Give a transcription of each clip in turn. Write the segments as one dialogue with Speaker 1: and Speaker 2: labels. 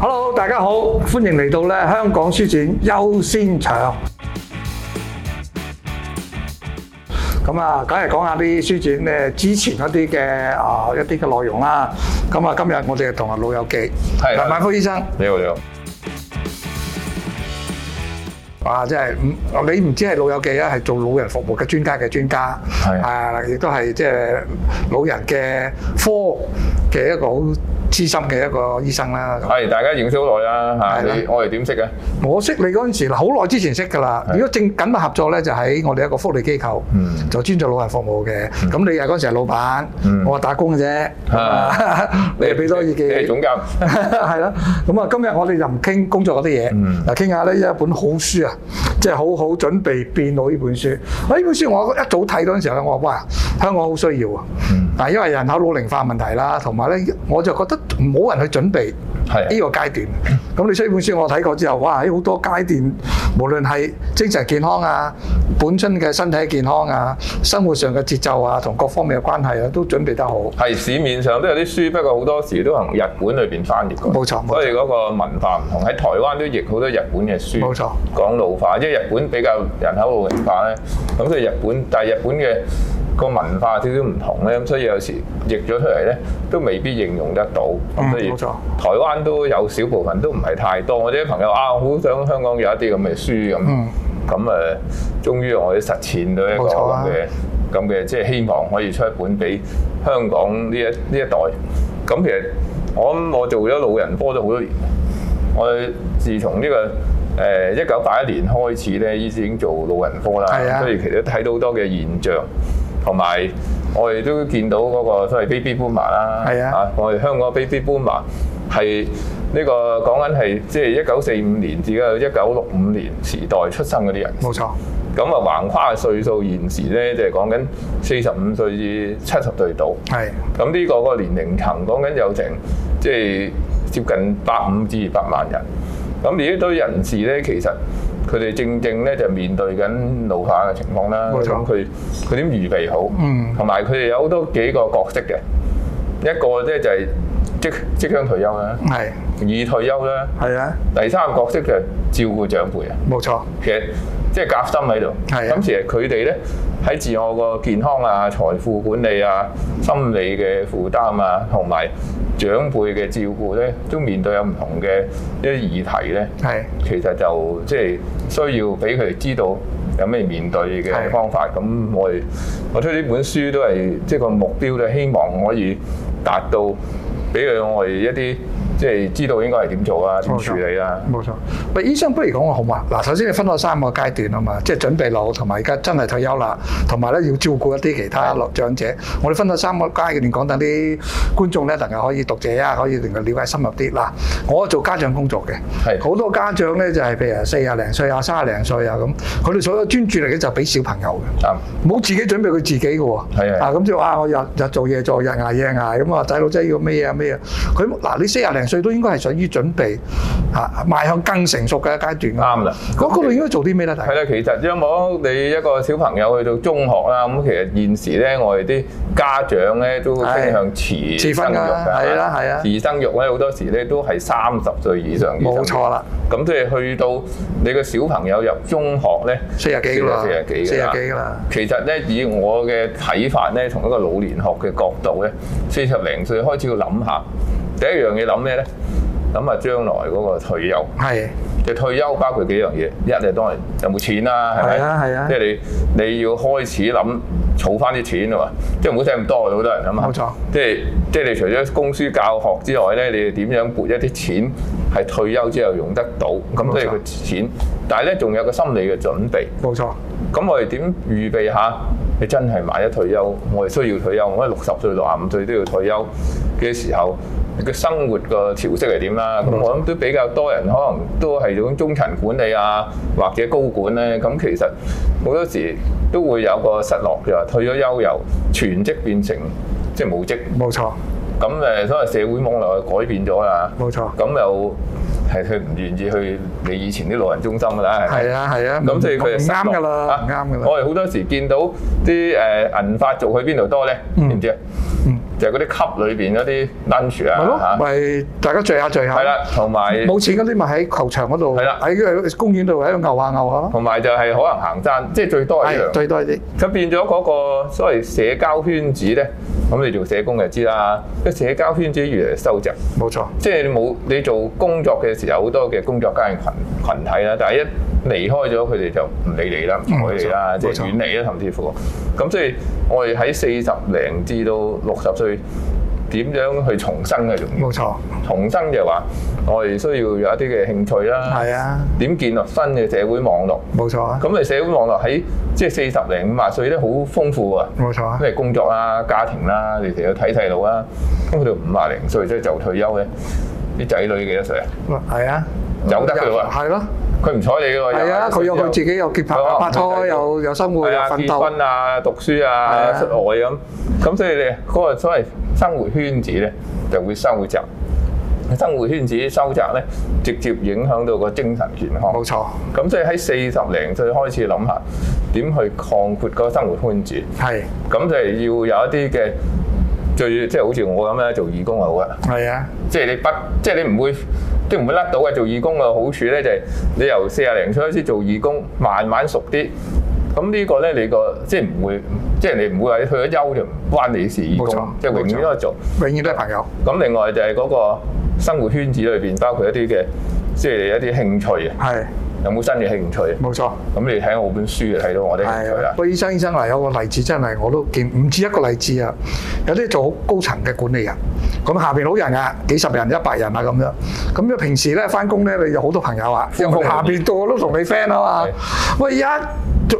Speaker 1: Hello，大家好，歡迎嚟到咧香港書展優先場。咁啊，梗係講下啲書展咧之前一啲嘅啊一啲嘅內容啦。咁啊，今日我哋同阿老友記，
Speaker 2: 係
Speaker 1: 梁萬福醫生，
Speaker 2: 你好，你好。
Speaker 1: 哇！真係唔你唔知係老友記啊，係做老人服務嘅專家嘅專家，
Speaker 2: 係
Speaker 1: 啊，亦都係即係老人嘅科嘅一個好資深嘅一個醫生啦。咁
Speaker 2: 係，大家認識好耐啦
Speaker 1: 係啦
Speaker 2: 嚇，你我哋點識啊嘅？
Speaker 1: 我識你嗰陣時，嗱好耐之前識㗎啦。
Speaker 2: 係
Speaker 1: 如果正緊密合作咧，就喺我哋一個福利機構，
Speaker 2: 嗯
Speaker 1: 就專做老人服務嘅。咁、你係嗰陣時係老闆，
Speaker 2: 嗯
Speaker 1: 我係打工嘅啫。
Speaker 2: 啊
Speaker 1: 你係俾多意見，
Speaker 2: 你係總監。
Speaker 1: 係啦，咁啊，今日我哋就唔傾工作嗰啲嘢，
Speaker 2: 嗯
Speaker 1: 嗱傾下呢一本好書啊，即係好好準備變老呢本書。啊，呢本書我一早睇到嘅時候咧，我話哇，香港好需要啊！
Speaker 2: 嗯
Speaker 1: 嗱，因為人口老齡化問題啦，同埋咧，我就覺得冇人去準備
Speaker 2: 係
Speaker 1: 呢個階段。咁你出呢本書我睇過之後，哇！好多階段，無論係精神健康啊、本身嘅身體健康啊、生活上嘅節奏啊，同各方面嘅關係啊，都準備得好。
Speaker 2: 係市面上都有啲書，不過好多時都係日本裏邊翻譯過。
Speaker 1: 冇錯冇錯
Speaker 2: 所以嗰個文化唔同。喺台灣都譯好多日本嘅書。
Speaker 1: 冇錯。
Speaker 2: 講老化，即係日本比較人口老齡化咧，咁所以日本，但係日本嘅個文化少少唔同咧，咁所以有時譯咗出嚟咧，都未必應用得到。
Speaker 1: 嗯
Speaker 2: 咁所以
Speaker 1: 冇錯
Speaker 2: 台灣都有少部分都唔係太多。我啲朋友啊，好想香港有一啲咁嘅書咁。
Speaker 1: 嗯
Speaker 2: 咁誒，終於我哋實踐到一個
Speaker 1: 冇錯啊
Speaker 2: 咁嘅咁嘅，即係希望可以出一本俾香港呢一呢一代。咁其實我諗我做咗老人科都好多年，我自從呢、個誒一九八一年開始咧，醫師已經做老人科
Speaker 1: 係啊
Speaker 2: 啦，所以其實都睇到好多嘅現象，同埋我哋都見到嗰個所謂 baby boomer 啦，
Speaker 1: 係啊
Speaker 2: 我哋香港嘅 baby boomer 係呢個講緊係即係一九四五年至到一九六五年時代出生嗰啲人。
Speaker 1: 冇錯，
Speaker 2: 咁啊，橫跨嘅歲數現時咧，就係講緊四十五歲至七十歲度。
Speaker 1: 係。
Speaker 2: 咁呢個個年齡層講緊有成即係接近百五至二百萬人。咁而呢堆人士咧，其實佢哋正正咧就面對緊老化嘅情況啦。
Speaker 1: 冇
Speaker 2: 咁
Speaker 1: 錯
Speaker 2: 佢佢點預備好？
Speaker 1: 嗯
Speaker 2: 同埋佢哋有好多幾個角色嘅，一個咧就係即即將退休啦，
Speaker 1: 係
Speaker 2: 已退休啦。
Speaker 1: 係啊，
Speaker 2: 第三個角色就係照顧長輩啊。
Speaker 1: 冇錯，
Speaker 2: 其實即係夾心喺度。
Speaker 1: 係啊
Speaker 2: 咁其實佢哋咧喺自我個健康啊、財富管理啊、心理嘅負擔啊，同埋長輩嘅照顧咧，都面對有唔同嘅一啲議題咧。
Speaker 1: 係
Speaker 2: 其實就即係需要俾佢哋知道有咩面對
Speaker 1: 係
Speaker 2: 嘅方法。咁我哋我推呢本書都係即係個目標咧，希望可以達到俾佢我哋一啲即係知道應該係點做啊、點
Speaker 1: 冇錯
Speaker 2: 處理啦、
Speaker 1: 冇錯。喂，醫生，不如講我好嘛？嗱，首先你分開三個階段啊嘛，即係準備老，同埋而家真係退休啦，同埋咧要照顧一啲其他落長者。我哋分開三個階段講，等啲觀眾咧能夠可以讀者啊，可以能夠了解深入啲。嗱，我做家長工作嘅，
Speaker 2: 係
Speaker 1: 好多家長咧就係譬如四廿零歲啊、三廿零歲啊咁，佢哋所有專注力咧就俾小朋友嘅。
Speaker 2: 啱。
Speaker 1: 冇自己準備佢自己嘅喎，
Speaker 2: 係係
Speaker 1: 啊咁就啊我日日做嘢做，日捱夜捱咁啊，仔佬仔要咩啊咩啊，佢嗱你四廿零歲都應該係屬於準備啊邁向更成熟嘅階段㗎
Speaker 2: 啱啦
Speaker 1: 嗰嗰度應該做啲咩咧？大
Speaker 2: 係
Speaker 1: 家
Speaker 2: 啦，其實因為你一個小朋友去到中學啦，咁其實現時咧，我哋啲家長咧都傾向遲
Speaker 1: 遲婚
Speaker 2: 生育
Speaker 1: 㗎
Speaker 2: 㗎
Speaker 1: 係啦係啊
Speaker 2: 遲生育咧好多時咧都係三十歲以上。
Speaker 1: 冇錯啦。
Speaker 2: 咁即係去到你個小朋友入中學咧，
Speaker 1: 四廿幾㗎啦
Speaker 2: 四廿幾㗎啦
Speaker 1: 四廿幾㗎啦
Speaker 2: 其實咧，以我嘅睇法咧，從一個老年學嘅角度咧，四十零歲開始要諗下，第一樣嘢諗咩咧？諗下將來嗰個退休。
Speaker 1: 係
Speaker 2: 嘅退休包括幾樣嘢，一就當然有冇錢啦，係咪？
Speaker 1: 係啊係啊
Speaker 2: 即係你你要開始諗儲翻啲錢啊嘛，即係唔好使咁多，好多人啊嘛。
Speaker 1: 冇錯
Speaker 2: 即係即係你除咗供書教學之外咧，你點樣撥一啲錢係退休之後用得到？咁所以
Speaker 1: 冇錯
Speaker 2: 個錢，但係咧仲有個心理嘅準備。
Speaker 1: 冇錯，
Speaker 2: 咁我哋點預備下？你真係萬一退休，我哋需要退休，我哋六十歲、六十五歲都要退休嘅時候，你嘅生活個調適係點啦？
Speaker 1: 嗯
Speaker 2: 咁我諗都比較多人可能都係種中層管理啊，或者高管咧。咁其實好多時都會有個失落，就係退咗休由全職變成即係冇職。
Speaker 1: 冇錯，
Speaker 2: 咁誒，所謂社會網絡又改變咗啦。
Speaker 1: 冇錯
Speaker 2: 咁又係佢唔願意去你以前啲老人中心㗎啦。係咪
Speaker 1: 係啊係啊，
Speaker 2: 咁所以佢
Speaker 1: 唔
Speaker 2: 就失落
Speaker 1: 啱㗎啦，
Speaker 2: 啊
Speaker 1: 唔啱㗎啦，
Speaker 2: 呃我哋好多時見到啲誒銀髮族去邊度多咧？知唔知啊？
Speaker 1: 嗯
Speaker 2: 就係嗰啲級裏邊嗰啲 lunch
Speaker 1: 咪
Speaker 2: 啊
Speaker 1: 咯，
Speaker 2: 嚇，
Speaker 1: 咪大家聚下聚下。
Speaker 2: 係啦，同埋
Speaker 1: 冇錢嗰啲咪喺球場嗰度，
Speaker 2: 係啦
Speaker 1: 喺公園度喺度牛下牛下咯。
Speaker 2: 同埋就係可能行山，即係最多係呢
Speaker 1: 係
Speaker 2: 樣。
Speaker 1: 最多啲。
Speaker 2: 咁變咗嗰個所謂社交圈子咧，咁你做社工就知啦，個社交圈子越嚟越收窄，
Speaker 1: 冇錯，
Speaker 2: 即係你冇你做工作嘅時候好多嘅工作家嘅群群體啦，但係一離開咗佢哋就唔理你啦，唔睬你啦，
Speaker 1: 嗯
Speaker 2: 即係
Speaker 1: 冇錯
Speaker 2: 遠離啦，甚至乎咁，所以我哋喺四十零至到六十歲點樣去重生嘅重要，
Speaker 1: 冇錯，
Speaker 2: 重生就係話我哋需要有一啲嘅興趣啦，
Speaker 1: 係啊，
Speaker 2: 點建立新嘅社會網絡。
Speaker 1: 冇錯啊，
Speaker 2: 咁你社會網絡喺即係四十零五十歲咧，好豐富啊！
Speaker 1: 冇錯啊
Speaker 2: 因，為工作啦、家庭啦，你哋要睇細路啦。咁去到五廿零歲即係就退休嘅，啲仔女幾多歲啊？
Speaker 1: 係啊，
Speaker 2: 有得佢喎
Speaker 1: 係咯，
Speaker 2: 佢唔睬你嘅喎。
Speaker 1: 係啊，佢有佢自己有結
Speaker 2: 佢可
Speaker 1: 拍
Speaker 2: 能
Speaker 1: 拍拖，
Speaker 2: 係啊
Speaker 1: 有有生活，
Speaker 2: 係
Speaker 1: 有
Speaker 2: 啊，
Speaker 1: 奮
Speaker 2: 結
Speaker 1: 鬥，
Speaker 2: 婚啊、讀書
Speaker 1: 係
Speaker 2: 啊、
Speaker 1: 啊
Speaker 2: 出外咁。咁所以你嗰個所謂生活圈子咧，就會收窄。生活圈子收窄咧，直接影響到個精神健康。
Speaker 1: 冇錯，
Speaker 2: 咁所以喺四十零歲開始諗下點去擴闊嗰個生活圈子。
Speaker 1: 係
Speaker 2: 咁就係要有一啲嘅最即係好似我咁咧做義工又好啊，
Speaker 1: 係啊，
Speaker 2: 即係你不即係你唔會都唔會甩到嘅。做義工嘅好處咧就係你由四廿零歲開始做義工，慢慢熟啲。咁呢個咧，你個即係唔會，即係你唔會話你退咗休就唔關你事義
Speaker 1: 冇
Speaker 2: 工
Speaker 1: 錯，
Speaker 2: 即係永遠都係做。
Speaker 1: 永遠都係朋友，
Speaker 2: 咁另外就係嗰個生活圈子裏邊，包括一啲嘅即係一啲興趣啊，
Speaker 1: 係
Speaker 2: 有冇新嘅興趣啊？
Speaker 1: 冇錯。
Speaker 2: 咁你睇我本書就睇到我啲興趣
Speaker 1: 係
Speaker 2: 啦
Speaker 1: 啊，。喂，醫生醫生嗱，有個例子真係我都見唔止一個例子啊！有啲做好高層嘅管理人，咁下邊好人啊，幾十人、一百人啊咁樣。咁你平時咧翻工咧，你 有好多朋友啊，因為
Speaker 2: 歡迎
Speaker 1: 我下邊個都同你 friend 啊嘛
Speaker 2: 係。
Speaker 1: 喂，一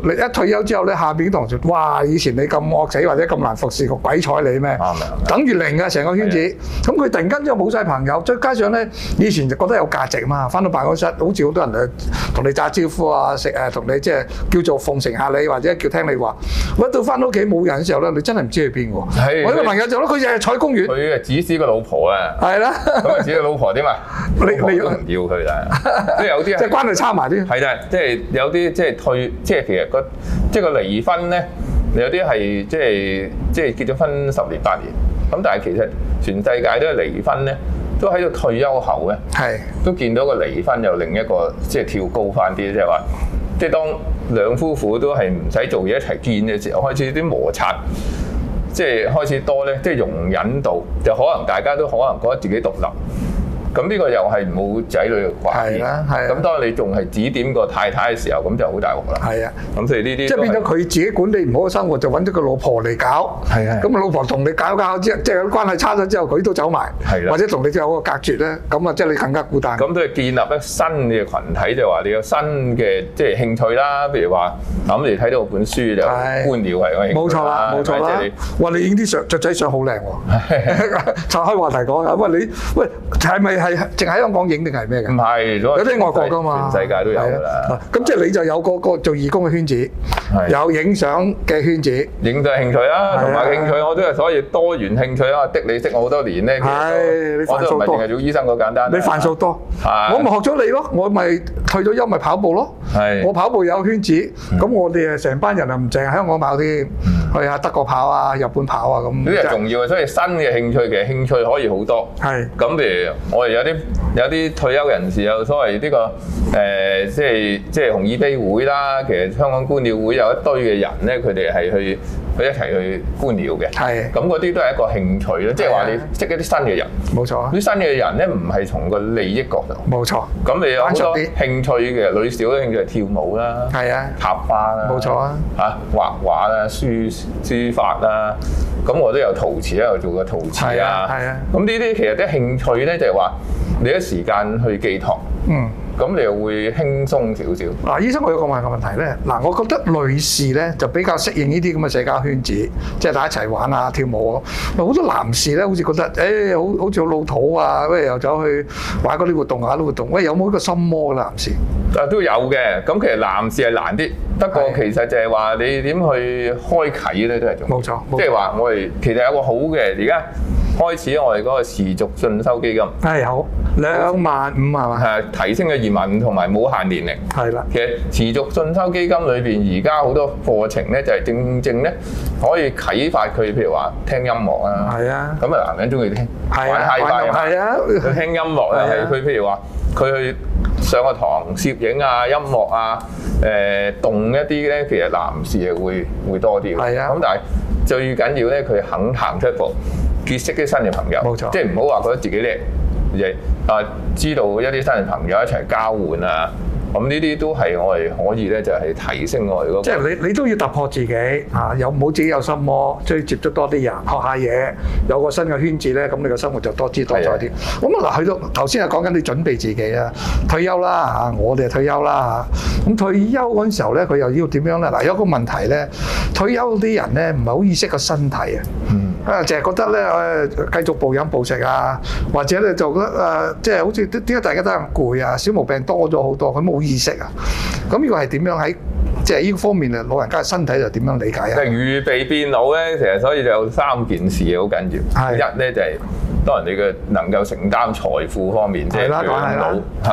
Speaker 1: 你一退休之後咧，下邊啲同事哇，以前你咁惡死或者咁難服侍，個鬼睬你咩？
Speaker 2: 啱啊
Speaker 1: 等於零嘅成個圈子
Speaker 2: 係。啊
Speaker 1: 咁佢突然間就冇晒朋友，再加上咧以前就覺得有價值嘛，翻到辦公室好似好多人誒同你打招呼啊，食誒同你即係叫做奉承下你或者叫聽你話。喂，到翻到屋企冇人嘅時候咧，你真係唔知去邊喎。
Speaker 2: 係
Speaker 1: 我有個朋友就咯，佢日日坐喺公園，
Speaker 2: 佢啊指使個老婆啊。
Speaker 1: 係啦，
Speaker 2: 咁啊，自己老婆點啊？
Speaker 1: 你
Speaker 2: 老婆
Speaker 1: 你
Speaker 2: 都唔要佢 啦，即係有啲
Speaker 1: 即係
Speaker 2: 係
Speaker 1: 關佢差埋啲。
Speaker 2: 係啦，即係有啲即係退，即係其實個即係個離婚咧，有啲係即係即係結咗婚十年八年，咁但係其實全世界都係離婚咧，都喺度退休後咧，
Speaker 1: 係
Speaker 2: 都見到個離婚又另一個即係跳高翻啲，即係話。即係當兩夫婦都係唔使做嘢一齊見嘅時候，開始啲摩擦，即係開始多咧，即係容忍度就可能大家都可能覺得自己獨立。咁呢個又係冇仔女嘅關係
Speaker 1: 係啦係啦
Speaker 2: 咁當你仲係指點個太太嘅時候，咁就好大鑊啦。
Speaker 1: 係啊。
Speaker 2: 咁所以呢啲
Speaker 1: 即係
Speaker 2: 都
Speaker 1: 變咗佢自己管理唔好嘅生活，就揾咗個老婆嚟搞。
Speaker 2: 係係
Speaker 1: 咁啊，老婆同你搞搞之後，即係關係差咗之後，佢都走埋。
Speaker 2: 係啦
Speaker 1: 或者同你有個隔絕咧，咁啊，即係你更加孤單。
Speaker 2: 咁都係建立一新嘅群體，就話你有新嘅即係興趣啦。譬如話，咁你睇到本書就
Speaker 1: 係
Speaker 2: 觀鳥係我興趣
Speaker 1: 冇錯啦，冇錯
Speaker 2: 係咪
Speaker 1: 啦
Speaker 2: 即係你。
Speaker 1: 哇！你影啲相雀仔相好靚喎。 拆開話題講啊，喂你喂係咪係淨喺香港影定係咩
Speaker 2: 唔
Speaker 1: 嘅？
Speaker 2: 係，有
Speaker 1: 有啲外國噶嘛，
Speaker 2: 嗯全世界都有㗎
Speaker 1: 係
Speaker 2: 啦
Speaker 1: 啊。。咁即係你就有個個做義工嘅圈子，
Speaker 2: 係
Speaker 1: 有影相嘅圈子，
Speaker 2: 影就係啊興趣啦，同埋
Speaker 1: 係啊
Speaker 2: 興趣我都係所謂多元興趣啦。的你識我好多年咧，其
Speaker 1: 係
Speaker 2: 實
Speaker 1: 你
Speaker 2: 都我
Speaker 1: 範
Speaker 2: 都
Speaker 1: 疇
Speaker 2: 唔係
Speaker 1: 多
Speaker 2: 淨係做醫生咁簡單。
Speaker 1: 你範數多，
Speaker 2: 係
Speaker 1: 我咪學咗你咯，我咪退咗休咪跑步咯
Speaker 2: 係。嗯
Speaker 1: 我跑步有圈子，咁我哋誒成班人啊唔淨係香港跑添，去下德國跑啊、日本跑啊咁。
Speaker 2: 呢
Speaker 1: 即
Speaker 2: 個
Speaker 1: 係
Speaker 2: 重要嘅，所以新嘅興趣嘅興趣可以好多。
Speaker 1: 係
Speaker 2: 咁譬如我哋有啲有啲退休人士有所謂呢、個誒、呃即係即係紅耳杯會啦，其實香港觀鳥會有一堆嘅人咧，佢哋係去去一齊去觀鳥嘅。
Speaker 1: 係啊
Speaker 2: 咁嗰啲都係一個興趣咧，即係話你識一啲新嘅人，
Speaker 1: 冇錯啊
Speaker 2: 啲，新嘅人咧唔係從個利益角度，
Speaker 1: 冇錯，
Speaker 2: 咁你有好
Speaker 1: 單
Speaker 2: 多
Speaker 1: 純啲
Speaker 2: 興趣嘅，女少嘅興趣係跳舞啦。
Speaker 1: 係啊。
Speaker 2: 插花啦，
Speaker 1: 冇錯啊
Speaker 2: 嚇、畫畫啦、書書法啦，咁我都有陶瓷喺度做過陶瓷
Speaker 1: 係
Speaker 2: 啊
Speaker 1: 啊，係啊
Speaker 2: 咁呢啲其實啲興趣咧就係話你一時間去寄託，
Speaker 1: 嗯，
Speaker 2: 咁你又會輕鬆少少，
Speaker 1: 嗱，醫生，我有個問個問題咧。嗱，我覺得女士咧就比較適應呢啲咁嘅社交圈子，即係大家一齊玩啊、跳舞啊。咪好多男士咧，好似覺得，誒、好好似好老土啊，喂，又走去玩嗰啲活動啊、嗰啲活動。喂，有冇一個心魔嘅男士？
Speaker 2: 但啊都有嘅。咁其實男士係難啲，不過
Speaker 1: 係啊
Speaker 2: 其實就係話你點去開啓咧都係重要
Speaker 1: 冇錯冇錯
Speaker 2: 即係話我哋其實有個好嘅而家。開始我哋嗰個持續進修基金
Speaker 1: 係好兩萬五係嘛？
Speaker 2: 係提升咗二萬五，同埋冇限年齡。
Speaker 1: 係啦，
Speaker 2: 其實持續進修基金裏邊，而家好多課程咧，就係正正咧可以啟發佢，譬如話聽音樂啊。
Speaker 1: 係啊，
Speaker 2: 咁啊，男人中意聽
Speaker 1: 係
Speaker 2: 玩
Speaker 1: 啊，
Speaker 2: high
Speaker 1: 係啊，
Speaker 2: 佢聽音樂
Speaker 1: 係
Speaker 2: 咧
Speaker 1: 啊，
Speaker 2: 佢譬如話佢去上個堂攝影啊、音樂啊、誒、動一啲咧，其實男士係會會多啲嘅。
Speaker 1: 係啊
Speaker 2: 咁但係最緊要咧，佢肯行出一步，結識啲新嘅朋友。
Speaker 1: 冇錯
Speaker 2: 即係唔好話覺得自己叻，而係啊知道一啲新嘅朋友一齊交換啊。咁呢啲都係我哋可以咧，就係提升我哋嗰、個。
Speaker 1: 即係你你都要突破自己啊！有冇自己有心魔，即係接觸多啲人，學下嘢，有個新嘅圈子咧，咁你個生活就多姿多彩啲。咁啊嗱，去到頭先係講緊你準備自己啊，退休啦嚇，我哋係退休啦嚇。咁退休嗰陣時候咧，佢又要點樣咧？嗱，有個問題咧，退休啲人咧唔係好意識個身體啊。
Speaker 2: 嗯
Speaker 1: 啊，淨係覺得咧誒繼續暴飲暴食啊，或者咧就覺得誒、呃即係好似點解大家都咁攰啊，小毛病多咗好多，佢冇意識啊。咁呢個係點樣喺即係呢方面啊？老人家嘅身體就點樣理解
Speaker 2: 即
Speaker 1: 啊
Speaker 2: 係？預備變老咧，其實所以就有三件事好緊要。
Speaker 1: 係
Speaker 2: 一咧就係、當然你嘅能夠承擔財富方面，即係
Speaker 1: 係啦
Speaker 2: 養老
Speaker 1: 當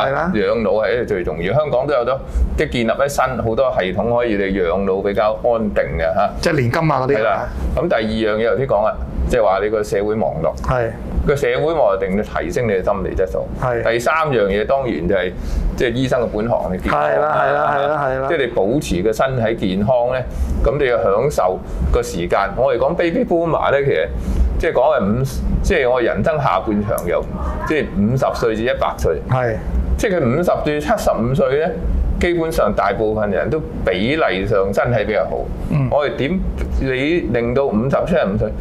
Speaker 1: 然啦
Speaker 2: 嚇養老係一個最重要。香港都有得即係建立一新好多系統可以你養老比較安定嘅嚇。
Speaker 1: 即係年金啊嗰
Speaker 2: 係
Speaker 1: 啲
Speaker 2: 啦
Speaker 1: 啊，，
Speaker 2: 咁第二樣嘢頭先講啦，即係話你個社會網絡。
Speaker 1: 係
Speaker 2: 個社會我一定要提升你嘅心理質素。
Speaker 1: 係
Speaker 2: 第三樣嘢當然就係即係醫生嘅本行嘅健康。
Speaker 1: 係啦係啦係啦係啦
Speaker 2: 即係你保持個身體健康咧，咁你要享受個時間。我哋講 baby boomer 咧，其實即係講係五，即係我人生下半場有，即係五十歲至一百歲。
Speaker 1: 係
Speaker 2: 即係佢五十至七十五歲咧，基本上大部分人都比例上身體比較好。
Speaker 1: 嗯
Speaker 2: 我哋點你令到五十七十五歲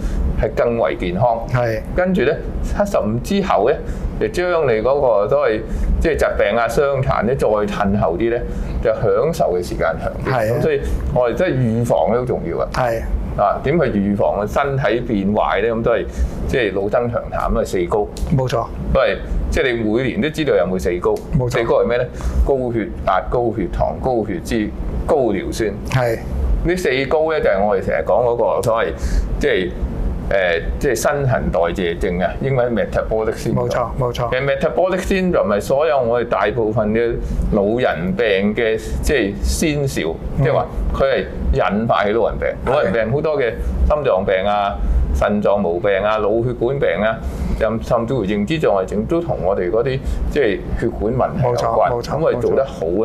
Speaker 2: 係更為健康？
Speaker 1: 係
Speaker 2: 跟住咧七十五之後咧，就將你嗰個所謂即係疾病啊、傷殘咧，再褪後啲咧，就享受嘅時間長啲。
Speaker 1: 係啊
Speaker 2: 咁所以我哋真係預防咧好重要啊！
Speaker 1: 係
Speaker 2: 啊，點去預防個身體變壞咧？咁都係即係老生常談，都係四高。
Speaker 1: 冇錯，
Speaker 2: 因為即係你每年都知道有冇四高
Speaker 1: 冇，錯
Speaker 2: 四高係咩咧？高血壓、高血糖、高血脂、高尿酸。
Speaker 1: 係
Speaker 2: 呢四高咧就係我哋成日講嗰個所謂即係誒即係新陳代謝症啊，英文 metabolic
Speaker 1: 冇
Speaker 2: syndrome。
Speaker 1: 錯冇錯
Speaker 2: 其，實 metabolic syndrome 係所有我哋大部分嘅老人病嘅即係先兆，即係話
Speaker 1: 嗯
Speaker 2: 佢係引發起老人病。老人病好多嘅心臟病啊、腎臟毛病啊、腦血管病啊，甚甚至乎認知障礙症都同我哋嗰啲即係血管問題有
Speaker 1: 冇錯
Speaker 2: 關。
Speaker 1: 冇錯
Speaker 2: 咁我哋
Speaker 1: 冇錯
Speaker 2: 做得好啊，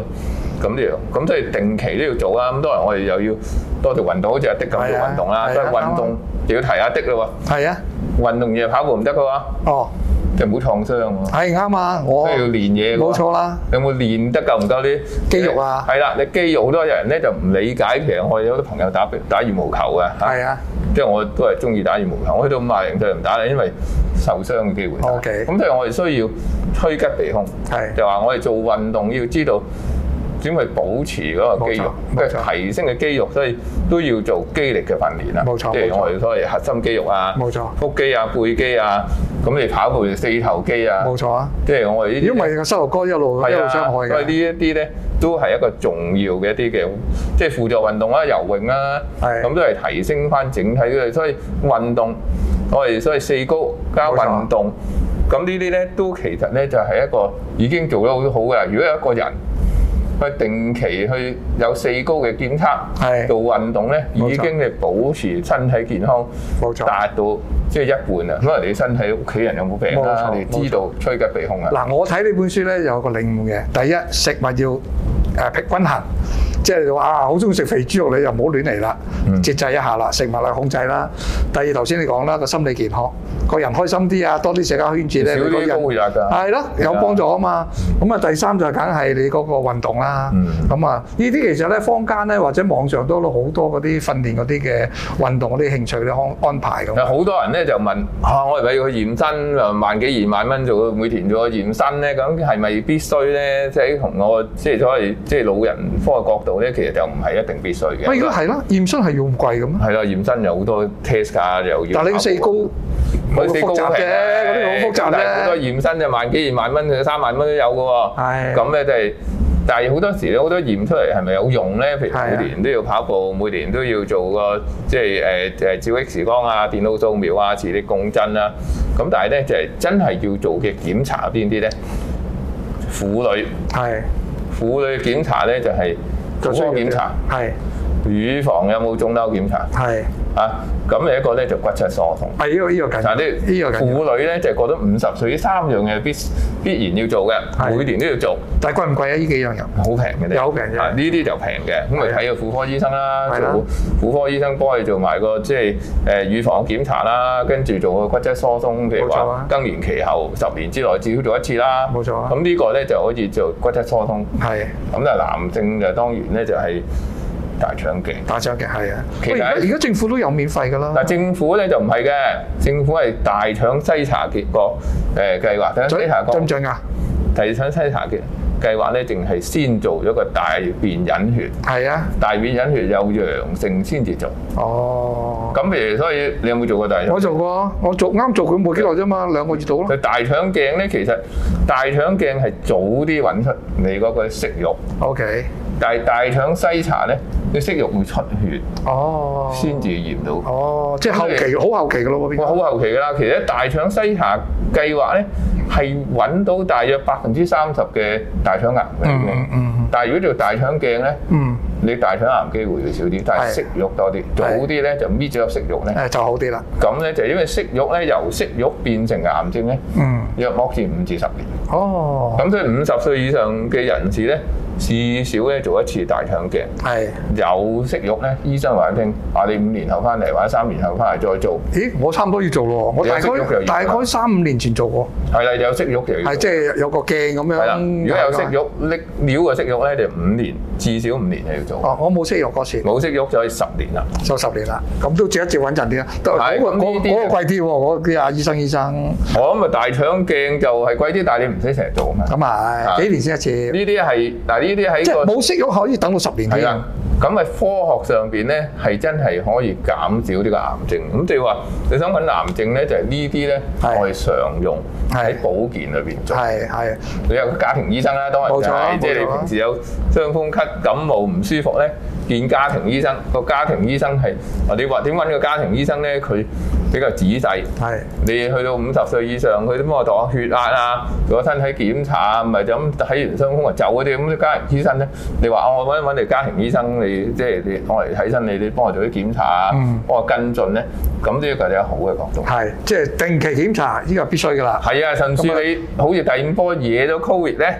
Speaker 2: 咁呢樣咁所以定期都要做啊。咁當然我哋又要多做運動，好似阿的咁做運動啦。
Speaker 1: 係
Speaker 2: 所以
Speaker 1: 啊係啊
Speaker 2: 運動又要提下的咯
Speaker 1: 係啊，
Speaker 2: 喎，運動嘢跑步唔得噶喎，
Speaker 1: 哦，
Speaker 2: 即係唔好創傷喎。
Speaker 1: 係啱啊，我
Speaker 2: 都要練嘢㗎
Speaker 1: 冇錯啦，
Speaker 2: 你有冇練得夠唔夠啲
Speaker 1: 肌肉啊
Speaker 2: 係啦，你肌肉好多人咧就唔理解，其實我有好多朋友打打羽毛球啊，
Speaker 1: 係啊，
Speaker 2: 即係我都係中意打羽毛球。我去到五啊廿零歲唔打啦，因為受傷嘅機會大。
Speaker 1: OK
Speaker 2: 咁所以我哋需要趨吉避凶，
Speaker 1: 係
Speaker 2: 就話我哋做運動要知道。點去保持嗰個肌肉，
Speaker 1: 冇錯
Speaker 2: 跟
Speaker 1: 冇
Speaker 2: 住
Speaker 1: 錯
Speaker 2: 提升嘅肌肉，所以都要做肌力嘅訓練啦。
Speaker 1: 冇錯
Speaker 2: 即
Speaker 1: 冇
Speaker 2: 係
Speaker 1: 錯
Speaker 2: 我哋所謂核心肌肉啊、
Speaker 1: 冇錯
Speaker 2: 腹肌啊、背肌啊，咁你跑步就四頭肌啊，
Speaker 1: 冇錯啊。
Speaker 2: 即係我哋呢啲
Speaker 1: 如果唔係個膝頭哥一路一
Speaker 2: 係
Speaker 1: 路
Speaker 2: 啊，
Speaker 1: 傷害
Speaker 2: 所以呢
Speaker 1: 嘅，
Speaker 2: 一啲咧都係一個重要嘅一啲嘅，即係輔助運動啦、啊游泳啦，
Speaker 1: 係
Speaker 2: 咁都係提升翻整體嘅。所以運動，我哋所謂四高加
Speaker 1: 冇錯
Speaker 2: 運動，咁呢啲咧都其實咧就係一個已經做得好好嘅啦。如果有一個人佢定期去有四高嘅檢測，
Speaker 1: 係
Speaker 2: 做運動咧，
Speaker 1: 冇錯
Speaker 2: 已經係保持身體健康，
Speaker 1: 冇錯
Speaker 2: 達到即係一半啊。可能你身體屋企人有冇病啦，
Speaker 1: 冇錯
Speaker 2: 你知道趨吉避凶啊。
Speaker 1: 嗱，我睇呢本書咧有個領悟嘅，第一食物要誒呃平均衡，即係你話啊好中意食肥豬肉，你就唔好亂嚟啦，
Speaker 2: 嗯
Speaker 1: 節制一下啦，食物嚟控制啦。第二頭先你講啦，個心理健康，個人開心啲啊，多啲社交圈子咧，
Speaker 2: 少
Speaker 1: 你個
Speaker 2: 啲
Speaker 1: 人
Speaker 2: 高血壓㗎。
Speaker 1: 係咯，有幫助啊嘛。咁啊，第三就梗係你嗰個運動啦
Speaker 2: 嗯。
Speaker 1: 咁啊，呢啲其實咧，坊間咧或者網上都有好多嗰啲訓練嗰啲嘅運動嗰啲興趣咧安安排咁。
Speaker 2: 有好多人咧就問啊，我係咪要去驗身啊？萬幾二萬蚊做每田做個驗身咧？咁係咪必須咧？即係同我即係所謂即係老人科嘅角度咧，其實就唔係一定必須嘅。
Speaker 1: 喂，如果係啦，驗身係要咁貴嘅咩？
Speaker 2: 係啦，驗身有好多 test 㗎，又要
Speaker 1: 但係你
Speaker 2: 跑
Speaker 1: 個四高
Speaker 2: 步
Speaker 1: 冇
Speaker 2: 佢四高啊
Speaker 1: 複雜
Speaker 2: 平
Speaker 1: 啫，嗰啲好複雜
Speaker 2: 但係好多
Speaker 1: 啫。
Speaker 2: 驗身就萬幾二萬蚊，三萬蚊都有嘅喎。
Speaker 1: 係
Speaker 2: 咁咧就係但係好多時咧，好多驗出嚟係咪有用咧？譬
Speaker 1: 係啊
Speaker 2: 如每年都要跑步，每年都要做個即係誒誒照 X 光啊、電腦掃描啊、磁力共振啊。咁但係咧就係、真係要做嘅檢查邊啲咧？婦女
Speaker 1: 係
Speaker 2: 婦女嘅檢查咧就係
Speaker 1: 就需
Speaker 2: 婦
Speaker 1: 要
Speaker 2: 科檢查、
Speaker 1: 係
Speaker 2: 乳房有冇腫瘤檢查
Speaker 1: 係
Speaker 2: 啊？咁另一個咧就骨質疏鬆。
Speaker 1: 係呢個呢個緊要，
Speaker 2: 但係啊
Speaker 1: 呢
Speaker 2: 啲
Speaker 1: 個緊要。
Speaker 2: 婦女咧就覺得五十歲呢三樣嘢必必然要做
Speaker 1: 係
Speaker 2: 嘅，每年都要做。
Speaker 1: 但係貴唔貴啊？呢幾樣嘢
Speaker 2: 好平嘅啫，
Speaker 1: 有平嘅
Speaker 2: 啊呢啲就平嘅，咁咪
Speaker 1: 係啊
Speaker 2: 睇個婦科醫生啦，
Speaker 1: 係啦
Speaker 2: 做婦科醫生幫你做埋個即係誒乳房檢查啦，跟住做個骨質疏鬆，譬如
Speaker 1: 冇錯啊
Speaker 2: 話更年期後十年之內至少做一次啦，
Speaker 1: 冇錯啊
Speaker 2: 咁呢個咧就可以做骨質疏鬆，
Speaker 1: 係
Speaker 2: 咁但係男性就當然咧就係大腸鏡。
Speaker 1: 打獎嘅，係啊。
Speaker 2: 其實
Speaker 1: 喂，而家而家政府都有免費㗎啦
Speaker 2: 嗱，，政府咧就唔係嘅，政府係大腸篩查結果誒計劃，大腸篩查個
Speaker 1: 準唔準㗎？
Speaker 2: 大腸篩查嘅計劃咧，淨係先做咗個大便隱血。
Speaker 1: 係啊，
Speaker 2: 大便隱血有陽性先至做。
Speaker 1: 哦。
Speaker 2: 咁譬如所以你有冇做過大腸？
Speaker 1: 我做過，我做啱做佢冇幾耐啫嘛，兩個月到咯。
Speaker 2: 佢大腸鏡咧，其實大腸鏡係早啲揾出你嗰個息肉，
Speaker 1: O K，
Speaker 2: 但係大腸篩查咧，你息肉會出血
Speaker 1: 哦，
Speaker 2: 先至驗到。哇，
Speaker 1: 哦，即係後期，好後期嘅咯喎，邊
Speaker 2: 好後期㗎啦！其實大腸篩查計劃咧係揾到大約百分之三十嘅大腸癌嘅。
Speaker 1: 嗯嗯嗯
Speaker 2: 但係如果做大腸鏡咧，
Speaker 1: 嗯，
Speaker 2: 你大腸癌機會會少啲，但係
Speaker 1: 係
Speaker 2: 息肉多啲。早啲咧就搣咗入息肉咧。
Speaker 1: 誒就好啲啦。
Speaker 2: 咁咧就因為息肉咧由息肉變成癌症咧，
Speaker 1: 嗯，
Speaker 2: 約莫至五至十年。
Speaker 1: 哦，
Speaker 2: 咁所以五十歲以上嘅人士咧，至少咧做一次大腸鏡。
Speaker 1: 係。
Speaker 2: 有息肉咧，醫生話你聽，啊你五年後翻嚟或者三年後翻嚟再做，
Speaker 1: 咦，我差唔多要做咯喎，我
Speaker 2: 你有
Speaker 1: 大
Speaker 2: 息肉又
Speaker 1: 概
Speaker 2: 要
Speaker 1: 大概
Speaker 2: 啦
Speaker 1: 三五年前做過，
Speaker 2: 係啦，有息肉就要
Speaker 1: 係
Speaker 2: 做。
Speaker 1: 即係有個鏡咁
Speaker 2: 哦係啦，
Speaker 1: 樣。
Speaker 2: 如果有息，肉拎料嘅息肉咧，就五年至少五年就要做。
Speaker 1: 哦，我冇息肉嗰次，
Speaker 2: 冇息肉就係十年啦。
Speaker 1: 就十年啦，咁都借一借穩陣啲啦。但係
Speaker 2: 係
Speaker 1: 嗰個
Speaker 2: 咁呢
Speaker 1: 嗰個嗰
Speaker 2: 啲
Speaker 1: 個貴啲啊喎，嗰啲阿醫生醫生，
Speaker 2: 我諗啊，大腸鏡就係貴啲，但係你唔使成日做啊嘛。
Speaker 1: 咁啊
Speaker 2: 係
Speaker 1: 幾年先一次，
Speaker 2: 呢啲係嗱，呢啲
Speaker 1: 即
Speaker 2: 喺
Speaker 1: 係
Speaker 2: 個
Speaker 1: 冇息肉可以等到十年
Speaker 2: 係啊
Speaker 1: 添。
Speaker 2: 啦，咁喺科學上邊咧，係真係可以減少呢個癌症。咁譬如話，你想揾癌症咧，就係呢啲咧，
Speaker 1: 係
Speaker 2: 我哋常用
Speaker 1: 係
Speaker 2: 喺保健裏邊做。
Speaker 1: 係係
Speaker 2: 你有個家庭醫生啦，當然
Speaker 1: 冇
Speaker 2: 就
Speaker 1: 錯啊
Speaker 2: 係即係
Speaker 1: 冇
Speaker 2: 你
Speaker 1: 錯啊
Speaker 2: 平時有傷風咳、感冒唔舒服咧，見家庭醫生。個家庭醫生係，啊你話點揾個家庭醫生咧？佢比較仔細。
Speaker 1: 係
Speaker 2: 你去到五十歲以上，佢都幫我度下血壓啊，做下身體檢查啊，唔係就咁睇完傷風就走嗰啲咁。家庭醫生咧，你話哦，我揾揾你家庭醫生，你即係你我嚟睇身，你你幫我做啲檢查啊，
Speaker 1: 嗯
Speaker 2: 幫我跟進咧，咁呢個就係好嘅角度。
Speaker 1: 係，即係定期檢查，呢個必須㗎啦。
Speaker 2: 係啊，甚至你好似第五波惹咗 Covid 咧，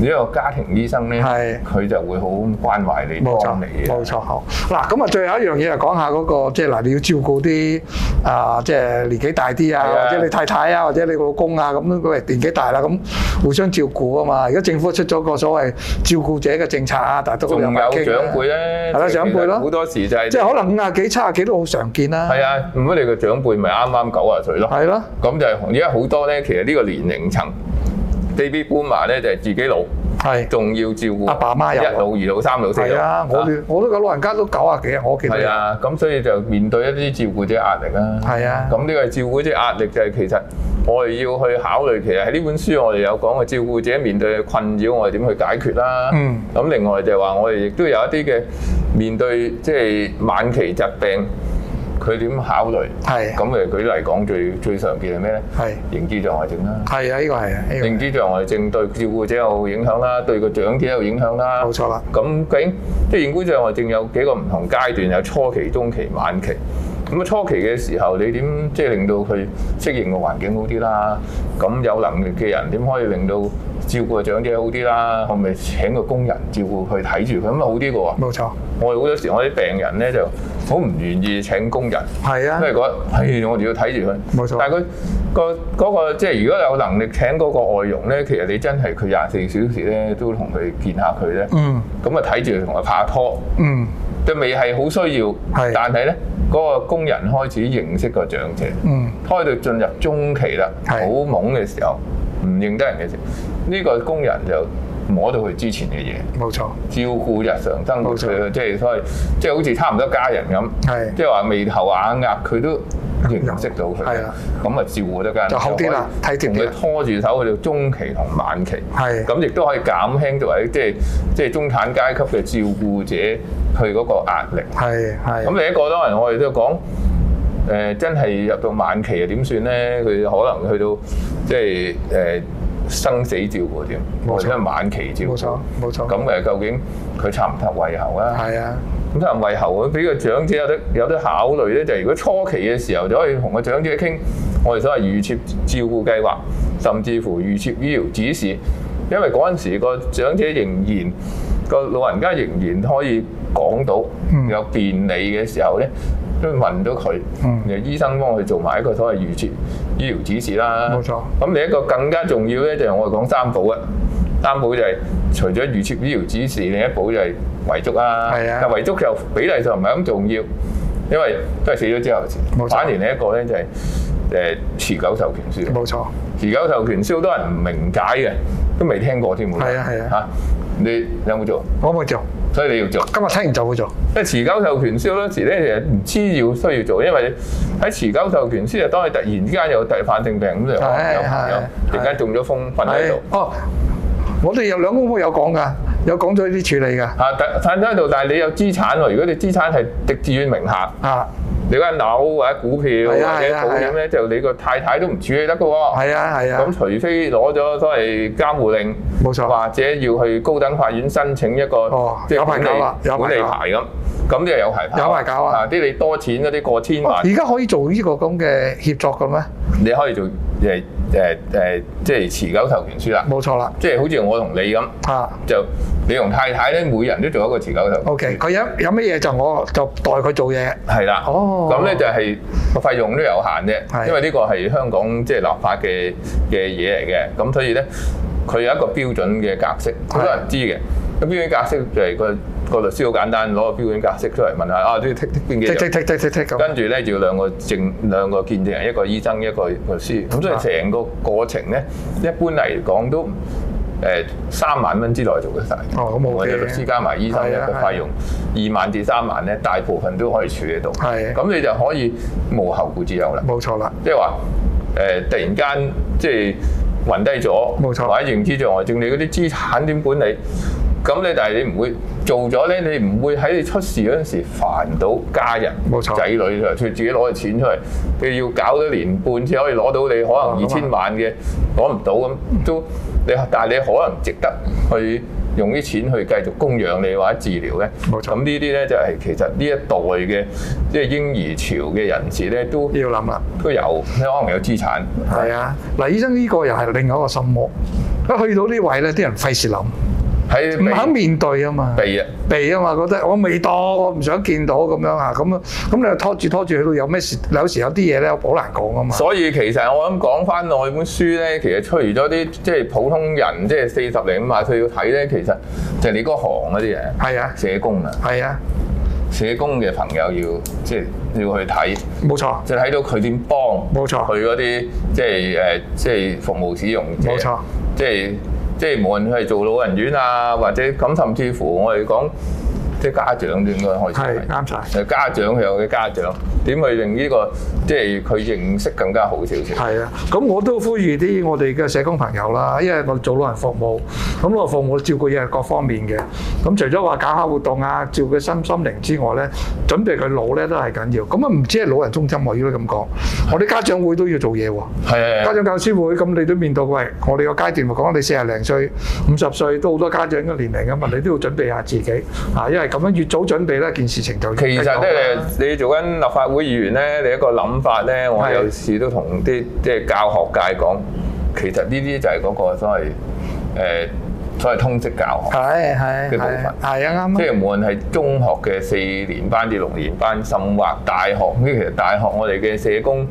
Speaker 2: 你一個家庭醫生咧
Speaker 1: 係，
Speaker 2: 佢就會好關懷你，啊
Speaker 1: 冇錯
Speaker 2: 幫你，
Speaker 1: 冇錯，好嗱。咁啊，最後一樣嘢就講下嗰、個，即係嗱，你要照顧啲啊，即係年紀大啲
Speaker 2: 係
Speaker 1: 啊，
Speaker 2: 啊
Speaker 1: 或者你太太啊，或者你老公啊，咁佢哋年紀大啦，咁互相照顧啊嘛。而家政府出咗個所謂照顧者嘅政策啊，大家都
Speaker 2: 仲有
Speaker 1: 有
Speaker 2: 長
Speaker 1: 偈傾啊
Speaker 2: 輩咧，
Speaker 1: 係啦，長輩
Speaker 2: 其實好
Speaker 1: 咯，
Speaker 2: 多時就係
Speaker 1: 即係可能五啊幾、七啊幾都好常見啦。
Speaker 2: 係啊，唔好你個長輩咪啱啱九啊歲咯。
Speaker 1: 係咯，
Speaker 2: 咁就係而家好多咧，其實呢個年齡層 baby boomer 咧就係自己老，
Speaker 1: 係
Speaker 2: 仲要照顧
Speaker 1: 阿爸媽又
Speaker 2: 一老、二老、三老、四
Speaker 1: 係
Speaker 2: 老。
Speaker 1: 啊，我哋我都有老人家都九啊幾啊，我記得
Speaker 2: 係
Speaker 1: 有。
Speaker 2: 啊，咁所以就面對一啲照顧者壓力啦。
Speaker 1: 係啊
Speaker 2: 咁呢個照顧者壓力就係其實我哋要去考慮，其實喺呢本書我哋有講嘅照顧者面對嘅困擾，我哋點去解決啦。
Speaker 1: 嗯。
Speaker 2: 咁另外就係話，我哋亦都有一啲嘅面對即係晚期疾病，佢點考慮？
Speaker 1: 係
Speaker 2: 咁誒舉例講，最最常見係咩咧？
Speaker 1: 係
Speaker 2: 認知障礙症啦。
Speaker 1: 係啊，呢個係啊，呢個
Speaker 2: 認
Speaker 1: 係
Speaker 2: 知障礙症對照顧者有影響啦，對個長者有影響啦。
Speaker 1: 冇錯啦。
Speaker 2: 咁究竟即係認知障礙症有幾個唔同階段，有初期、中期、晚期。咁啊初期嘅時候，你點即係令到佢適應個環境好啲啦？咁有能力嘅人點可以令到照顧個長者好啲啦？我咪請個工人照顧佢睇住佢，咁咪好啲嘅喎。
Speaker 1: 冇錯，
Speaker 2: 我哋好多時我啲病人咧就好唔願意請工人。
Speaker 1: 係啊
Speaker 2: 因，為覺得，唉，我哋要睇住佢。
Speaker 1: 冇錯
Speaker 2: 但係佢個嗰個即係如果有能力請嗰個外傭咧，其實你真係佢廿四小時咧都同佢見下佢咧。
Speaker 1: 嗯
Speaker 2: 咁啊睇住佢同佢拍下拖，
Speaker 1: 嗯
Speaker 2: 都未係好需要
Speaker 1: 係。
Speaker 2: 但係咧，嗰個工人開始認識個長者。
Speaker 1: 嗯，
Speaker 2: 開到進入中期啦，好
Speaker 1: 係
Speaker 2: 懵嘅時候，唔認得人嘅時候，呢個工人就摸到佢之前嘅嘢。
Speaker 1: 冇錯，
Speaker 2: 照顧日常生活
Speaker 1: 冇錯
Speaker 2: 佢，即係所謂即係好似差唔多家人咁
Speaker 1: 係，
Speaker 2: 即係話眉頭眼額佢都認識到佢
Speaker 1: 係
Speaker 2: 嘅
Speaker 1: 啦，
Speaker 2: 咁咪照顧得間
Speaker 1: 就好啲啦
Speaker 2: 可以
Speaker 1: 體貼啲
Speaker 2: 同佢
Speaker 1: 啦
Speaker 2: 拖住手去到中期同晚期，
Speaker 1: 係
Speaker 2: 咁亦都可以減輕到喺即係即係中產階級嘅照顧者佢嗰個壓力。
Speaker 1: 係係
Speaker 2: 咁另一個當然我哋都講誒、呃真係入到晚期啊點算咧？佢可能去到即係誒、呃生死照顧點，
Speaker 1: 冇錯
Speaker 2: 或者係晚期照
Speaker 1: 冇錯
Speaker 2: 顧。
Speaker 1: 冇錯
Speaker 2: 咁誒，究竟佢插唔插胃喉啊？
Speaker 1: 係啊，
Speaker 2: 咁但係胃喉俾個長者有得有得考慮咧，就係、如果初期嘅時候就可以同個長者傾，我哋所謂預設照顧計劃，甚至乎預設醫療指示，因為嗰陣時個長者仍然個老人家仍然可以講到
Speaker 1: 嗯
Speaker 2: 有便利嘅時候咧。都問到佢，
Speaker 1: 嗯
Speaker 2: 然後醫生幫佢做埋一個所謂預設醫療指示啦。
Speaker 1: 冇錯
Speaker 2: 咁另一個更加重要咧，就係我哋講三寶啊。三寶就係除咗預設醫療指示，另一寶就係遺囑啊。
Speaker 1: 係啊
Speaker 2: 但遺囑就比例上唔係咁重要，因為都係死咗之後嘅事
Speaker 1: 冇錯
Speaker 2: 反而另一個咧就係、誒持久授權書。
Speaker 1: 冇錯，
Speaker 2: 持久授權書好多人唔明解嘅，都未聽過添喎。
Speaker 1: 係啊係啊
Speaker 2: 嚇你有冇做？
Speaker 1: 我會做，
Speaker 2: 所以你要做。
Speaker 1: 今日聽完就會做，
Speaker 2: 即係持久授權書好多時咧，其實唔知要需要做，因為喺持久授權書就當你突然之間有第反症病咁就可能有朋友
Speaker 1: 係
Speaker 2: 突然間中咗風瞓喺
Speaker 1: 係
Speaker 2: 度。
Speaker 1: 哦，我哋有兩公婆有講㗎，有講咗呢啲處理㗎，
Speaker 2: 啊，但瞓咗喺度，但係你有資產喎。如果你資產係狄志遠名下，
Speaker 1: 啊，
Speaker 2: 你間樓或者股票
Speaker 1: 係啊
Speaker 2: 或
Speaker 1: 係
Speaker 2: 者
Speaker 1: 啊
Speaker 2: 保險咧，就你個太太都唔處理得㗎喎。
Speaker 1: 係啊係
Speaker 2: 咁
Speaker 1: 啊，
Speaker 2: 除非攞咗所謂監護令，
Speaker 1: 冇錯
Speaker 2: 或者要去高等法院申請一個
Speaker 1: 哦
Speaker 2: 即係
Speaker 1: 有牌
Speaker 2: 管
Speaker 1: 搞啦
Speaker 2: 理
Speaker 1: 有牌
Speaker 2: 管理
Speaker 1: 搞啊
Speaker 2: 牌咁，咁就有牌搞
Speaker 1: 有牌搞啊哦
Speaker 2: 啲你多錢嗰啲過千萬。
Speaker 1: 而家可以做呢個咁嘅協作嘅咩？
Speaker 2: 你可以做誒誒誒，即係持久授權書啦。
Speaker 1: 冇錯啦，
Speaker 2: 即係好似我同你咁，
Speaker 1: 啊。
Speaker 2: 就你同太太咧，每人都做一個持久授權書。
Speaker 1: O K，佢有有乜嘢就我就代佢做嘢，
Speaker 2: 係啦。
Speaker 1: 哦
Speaker 2: 咁咧就係個費用都有限啫，
Speaker 1: 係
Speaker 2: 因為呢個係香港即係立法嘅嘅嘢嚟嘅，咁所以咧佢有一個標準嘅格式，好多人知嘅。咁標準格式就係個個律師好簡單，攞個標準格式出嚟問下啊，都要剔剔邊幾
Speaker 1: 剔
Speaker 2: 樣
Speaker 1: 剔剔剔剔剔咁。
Speaker 2: 跟住咧要兩個證兩個見證人，一個醫生，一個律師。咁所
Speaker 1: 啊
Speaker 2: 以成個過程咧，一般嚟講都誒三萬蚊之內做得晒。
Speaker 1: 哦咁 OK
Speaker 2: 我哋律師加埋醫生一
Speaker 1: 係啊
Speaker 2: 個費用二萬至三萬咧，大部分都可以處理到。
Speaker 1: 係
Speaker 2: 咁你就可以無後顧之憂啦。
Speaker 1: 冇錯啦，
Speaker 2: 即係話誒，突然間即係暈低咗，
Speaker 1: 冇錯
Speaker 2: 或者認知障礙症，你嗰啲資產點管理？咁你但係你唔會做咗咧，你唔會喺你出事嗰陣時煩到家人、
Speaker 1: 冇錯
Speaker 2: 仔女佢自己攞嘅錢出嚟，你要搞咗年半先可以攞到你可能二
Speaker 1: 咁啊
Speaker 2: 千萬嘅，攞唔到咁都你，但係你可能值得去用啲錢去繼續供養你或者治療咧。
Speaker 1: 冇錯
Speaker 2: 咁呢啲咧就係其實呢一代嘅即係嬰兒潮嘅人士咧都。
Speaker 1: 要諗啦。
Speaker 2: 都有，你可能有資產。
Speaker 1: 係啊，嗱，醫生呢個又係另外一個心魔。一去到呢位咧，啲人費事諗，唔
Speaker 2: 喺
Speaker 1: 肯面對啊嘛，
Speaker 2: 避啊，
Speaker 1: 避啊嘛，覺得我未到，我唔想見到咁樣啊，咁啊，咁你又拖住拖住，去到有咩事，有時有啲嘢咧好難講啊嘛。
Speaker 2: 所以其實我諗講翻我本書咧，其實除咗啲即係普通人，即係四十零五廿歲要睇咧，其實就係你嗰行嗰啲嘢，
Speaker 1: 係啊，
Speaker 2: 社工啊，
Speaker 1: 係啊，
Speaker 2: 社工嘅朋友要即係要去睇，
Speaker 1: 冇錯，
Speaker 2: 就睇到佢點幫，
Speaker 1: 冇錯
Speaker 2: 佢嗰啲即係誒即係服務使用者，
Speaker 1: 冇錯，
Speaker 2: 即係即係無論佢係做老人院啊，或者咁，甚至乎我哋講即係家長都應該開始睇
Speaker 1: 係啱晒，
Speaker 2: 誒家長佢有嘅家長點去令呢、個即係佢認識更加好少少。
Speaker 1: 係啊。咁我都呼籲啲我哋嘅社工朋友啦，因為我做老人服務，咁老人服務照顧嘢係各方面嘅。咁除咗話搞下活動啊，照顧身心靈之外咧，準備佢腦咧都係緊要。咁啊，唔止係老人中心喎，如果你咁講，我哋家長會都要做嘢喎。
Speaker 2: 係
Speaker 1: 家長教師會咁，你都面對喂，我哋個階段咪講你四廿零歲、五十歲都好多家長嘅年齡啊嘛，你都要準備下自己啊，因為咁樣越早準備咧，件事情就越
Speaker 2: 其實咧，你你做緊立法會議員咧，你一個諗法咧，我
Speaker 1: 係
Speaker 2: 有時都同啲即係教學界講，其實呢啲就係嗰個所謂誒、呃所謂通識教學。
Speaker 1: 係係
Speaker 2: 嘅部分
Speaker 1: 係係啊
Speaker 2: 即
Speaker 1: 啱啊，
Speaker 2: 係無論係中學嘅四年班至六年班，甚或大學，咁其實大學我哋嘅社工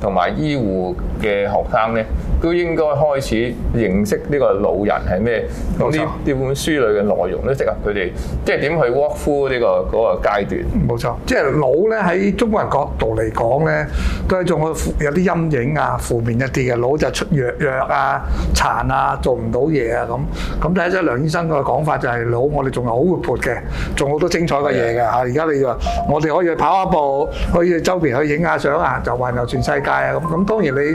Speaker 2: 同埋醫護嘅學生咧，都應該開始認識呢個老人係咩。咁
Speaker 1: 冇錯
Speaker 2: 呢呢本書裏嘅內容都適合佢哋，即係點去 walk through 呢個嗰個階段。
Speaker 1: 冇錯，即係老咧喺中國人角度嚟講咧，都係一種有啲陰影啊、負面一啲嘅。老就出弱弱啊、殘啊、做唔到嘢啊咁。咁但係即係梁醫生個講法就係老，我哋仲係好活潑嘅，仲好多精彩嘅嘢嘅嚇。而家你話我哋可以去跑下步，可以去周邊去影下相啊，就環遊全世界啊咁。咁當然你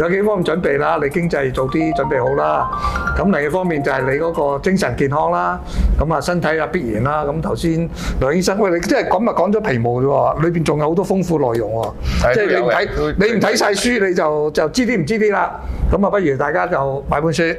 Speaker 1: 有幾方面準備啦，你經濟做啲準備好啦。咁另一方面就係你嗰個精神健康啦，咁啊身體啊必然啦。咁頭先梁醫生，喂你即係咁啊講咗皮毛啫喎，裏邊仲有好多豐富內容喎。
Speaker 2: 係
Speaker 1: 即係你
Speaker 2: 都
Speaker 1: 唔
Speaker 2: 有
Speaker 1: 睇
Speaker 2: 嘅都
Speaker 1: 你唔睇晒書，你就就知啲唔知啲啦。咁啊，不如大家就買本書。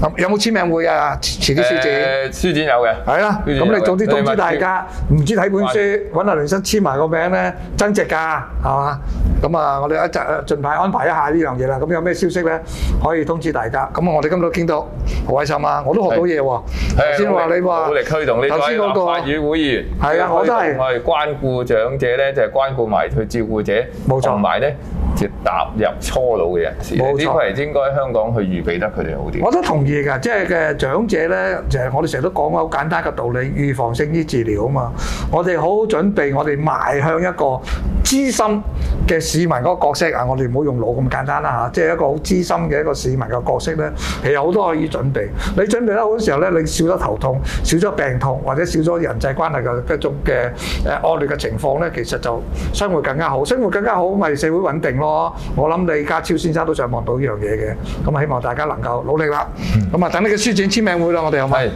Speaker 1: 咁有冇簽名會啊？遲遲啲書展。
Speaker 2: 誒書展有嘅，
Speaker 1: 係啦，
Speaker 2: 書
Speaker 1: 咁
Speaker 2: 展有
Speaker 1: 你
Speaker 2: 嘅
Speaker 1: 早啲通知大
Speaker 2: 你咪
Speaker 1: 家，唔知睇本書，揾阿梁生簽埋個名咧，增值㗎，係嘛？咁啊，我哋一陣盡快安排一下呢樣嘢啦。咁有咩消息咧，可以通知大家。咁啊，我哋今日都傾到好開心啊！我都學到嘢喎。
Speaker 2: 係
Speaker 1: 頭先話你話
Speaker 2: 努力推動呢
Speaker 1: 頭
Speaker 2: 個
Speaker 1: 先
Speaker 2: 立
Speaker 1: 嗰
Speaker 2: 法
Speaker 1: 個
Speaker 2: 與會議員，
Speaker 1: 係啊我都係
Speaker 2: 推動我哋關顧長者咧，就係關顧埋佢照顧者，
Speaker 1: 冇錯
Speaker 2: 同埋咧就踏入初老嘅人士，呢
Speaker 1: 冇
Speaker 2: 個
Speaker 1: 錯
Speaker 2: 係應該香港去預備得佢哋好啲。
Speaker 1: 我都同意㗎，即係嘅長者咧，就係我哋成日都講個好簡單嘅道理，預防勝於治療啊嘛。我哋好好準備，我哋邁向一個資深嘅市民嗰個角色啊！我哋唔好用腦咁簡單啦嚇，即係一個好資深嘅一個市民嘅角色咧，其實好多可以準備。你準備得好嘅時候咧，你少咗頭痛，少咗病痛，或者少咗人際關係嘅一種嘅誒惡劣嘅情況咧，其實就生活更加好，生活更加好咪社會穩定咯。我諗李家超先生都上望到呢樣嘢嘅，咁希望大家能夠努力啦。咁啊，等呢個書展簽名會啦，我哋好唔好？
Speaker 2: 係